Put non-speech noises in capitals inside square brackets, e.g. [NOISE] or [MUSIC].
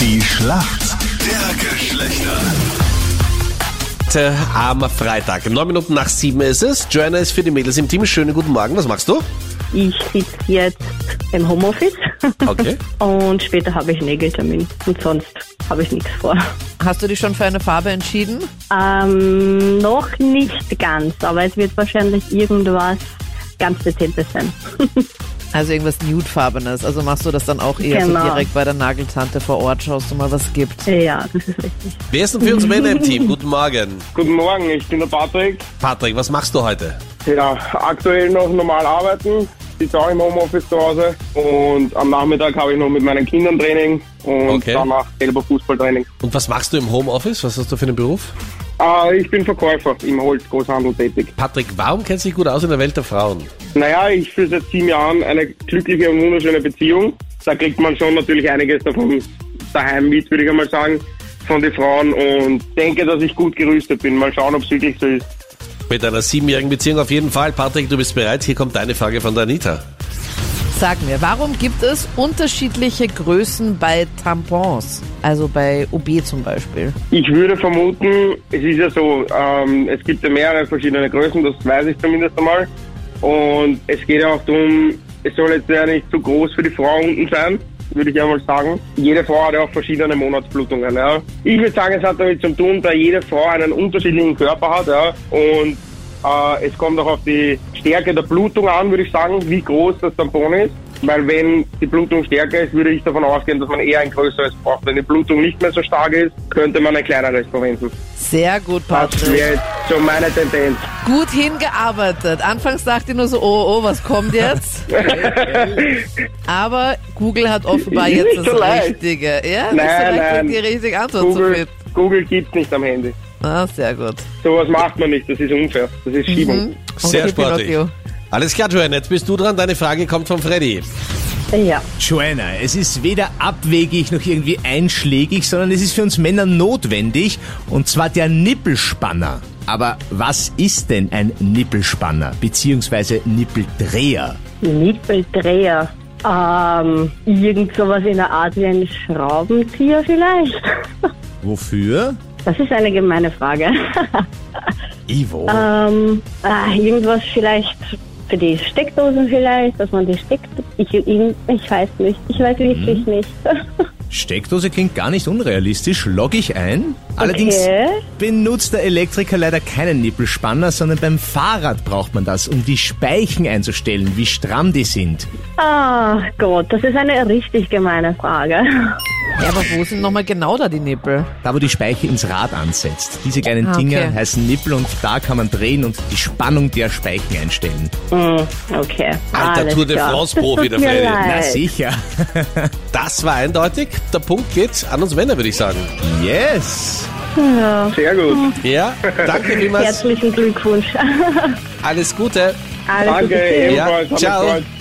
Die Schlacht der Geschlechter. Heute am Freitag. Neun Minuten nach sieben ist es. Joanna ist für die Mädels im Team. Schönen guten Morgen. Was machst du? Ich sitze jetzt im Homeoffice [LAUGHS] Okay. und später habe ich einen Nägeltermin und sonst habe ich nichts vor. Hast du dich schon für eine Farbe entschieden? Ähm, noch nicht ganz, aber es wird wahrscheinlich irgendwas ganz Dezentes sein. Also irgendwas Nude-farbenes. Also machst du das dann auch eher Genau. so direkt bei der Nageltante vor Ort, schaust du mal, was es gibt. Ja, das ist richtig. Wer ist denn für uns Männer im Team? Guten Morgen. Guten Morgen, ich bin der Patrick. Patrick, was machst du heute? Ja, aktuell noch normal arbeiten. Ich sitze auch im Homeoffice zu Hause. Und am Nachmittag habe ich noch mit meinen Kindern Training und Okay. danach selber Fußballtraining. Und was machst du im Homeoffice? Was hast du für einen Beruf? Äh, ich bin Verkäufer im Holzgroßhandel tätig. Patrick, warum kennst du dich gut aus in der Welt der Frauen? Naja, ich führe seit sieben Jahren eine glückliche und wunderschöne Beziehung. Da kriegt man schon natürlich einiges davon daheim mit, würde ich einmal sagen, von den Frauen und denke, dass ich gut gerüstet bin. Mal schauen, ob es wirklich so ist. Mit einer siebenjährigen Beziehung auf jeden Fall. Patrick, du bist bereit. Hier kommt deine Frage von der Anita. Sag mir, warum gibt es unterschiedliche Größen bei Tampons? Also bei OB zum Beispiel. Ich würde vermuten, es ist ja so, ähm, es gibt ja mehrere verschiedene Größen, das weiß ich zumindest einmal. Und es geht ja auch darum, es soll jetzt ja nicht zu groß für die Frau unten sein, würde ich einmal sagen. Jede Frau hat ja auch verschiedene Monatsblutungen. Ja. Ich würde sagen, es hat damit zu tun, da jede Frau einen unterschiedlichen Körper hat. Ja. Und äh, es kommt auch auf die Stärke der Blutung an, würde ich sagen, wie groß das Tampon ist. Weil wenn die Blutung stärker ist, würde ich davon ausgehen, dass man eher ein größeres braucht. Wenn die Blutung nicht mehr so stark ist, könnte man ein kleineres verwenden. Sehr gut, Das Patrick. wäre jetzt so meine Tendenz. Gut hingearbeitet. Anfangs dachte ich nur so, oh, oh, was kommt jetzt? Aber Google hat offenbar Nicht jetzt das so leicht. Richtige. Ja, nicht Nein, [LAUGHS] so leicht, nein. die richtige Antwort zu Google, finden. Google gibt's nicht am Handy. Ah, sehr gut. Sowas macht man nicht, das ist unfair. Das ist Schiebung. Sehr Okay, sportlich. Pinocchio. Alles klar, Joanna, jetzt bist du dran. Deine Frage kommt von Freddy. Ja, Joanna, es ist weder abwegig noch irgendwie einschlägig, sondern es ist für uns Männer notwendig, und zwar der Nippelspanner. Aber was ist denn ein Nippelspanner, beziehungsweise Nippeldreher? Nippeldreher. Ähm, irgend sowas in der Art wie ein Schraubenzieher vielleicht? Wofür? Das ist eine gemeine Frage. [LAUGHS] Ivo. Ähm, ah, irgendwas vielleicht für die Steckdosen vielleicht, dass man die steckt. Ich, ich, ich weiß nicht. Ich weiß wirklich Mhm. nicht. [LAUGHS] Steckdose klingt gar nicht unrealistisch, logge ich ein. Allerdings Okay. benutzt der Elektriker leider keinen Nippelspanner, sondern beim Fahrrad braucht man das, um die Speichen einzustellen, wie stramm die sind. Ah Gott, das ist eine richtig gemeine Frage. [LAUGHS] Ja, aber wo sind nochmal genau da die Nippel? Da, wo die Speiche ins Rad ansetzt. Diese kleinen Ah, okay. Dinger heißen Nippel und da kann man drehen und die Spannung der Speichen einstellen. Hm, okay. Alter alles Tour de klar. France-Profi, der Das tut mir Freddy. leid. Äh. Na sicher. Das war eindeutig. Der Punkt geht an uns Männer, würde ich sagen. Yes. Mhm. Sehr gut. Oh, Ja, danke vielmals. Herzlichen Glückwunsch. [LAUGHS] Alles Gute. Alles Danke, Gute. ebenfalls. hat mich ciao. gefreut.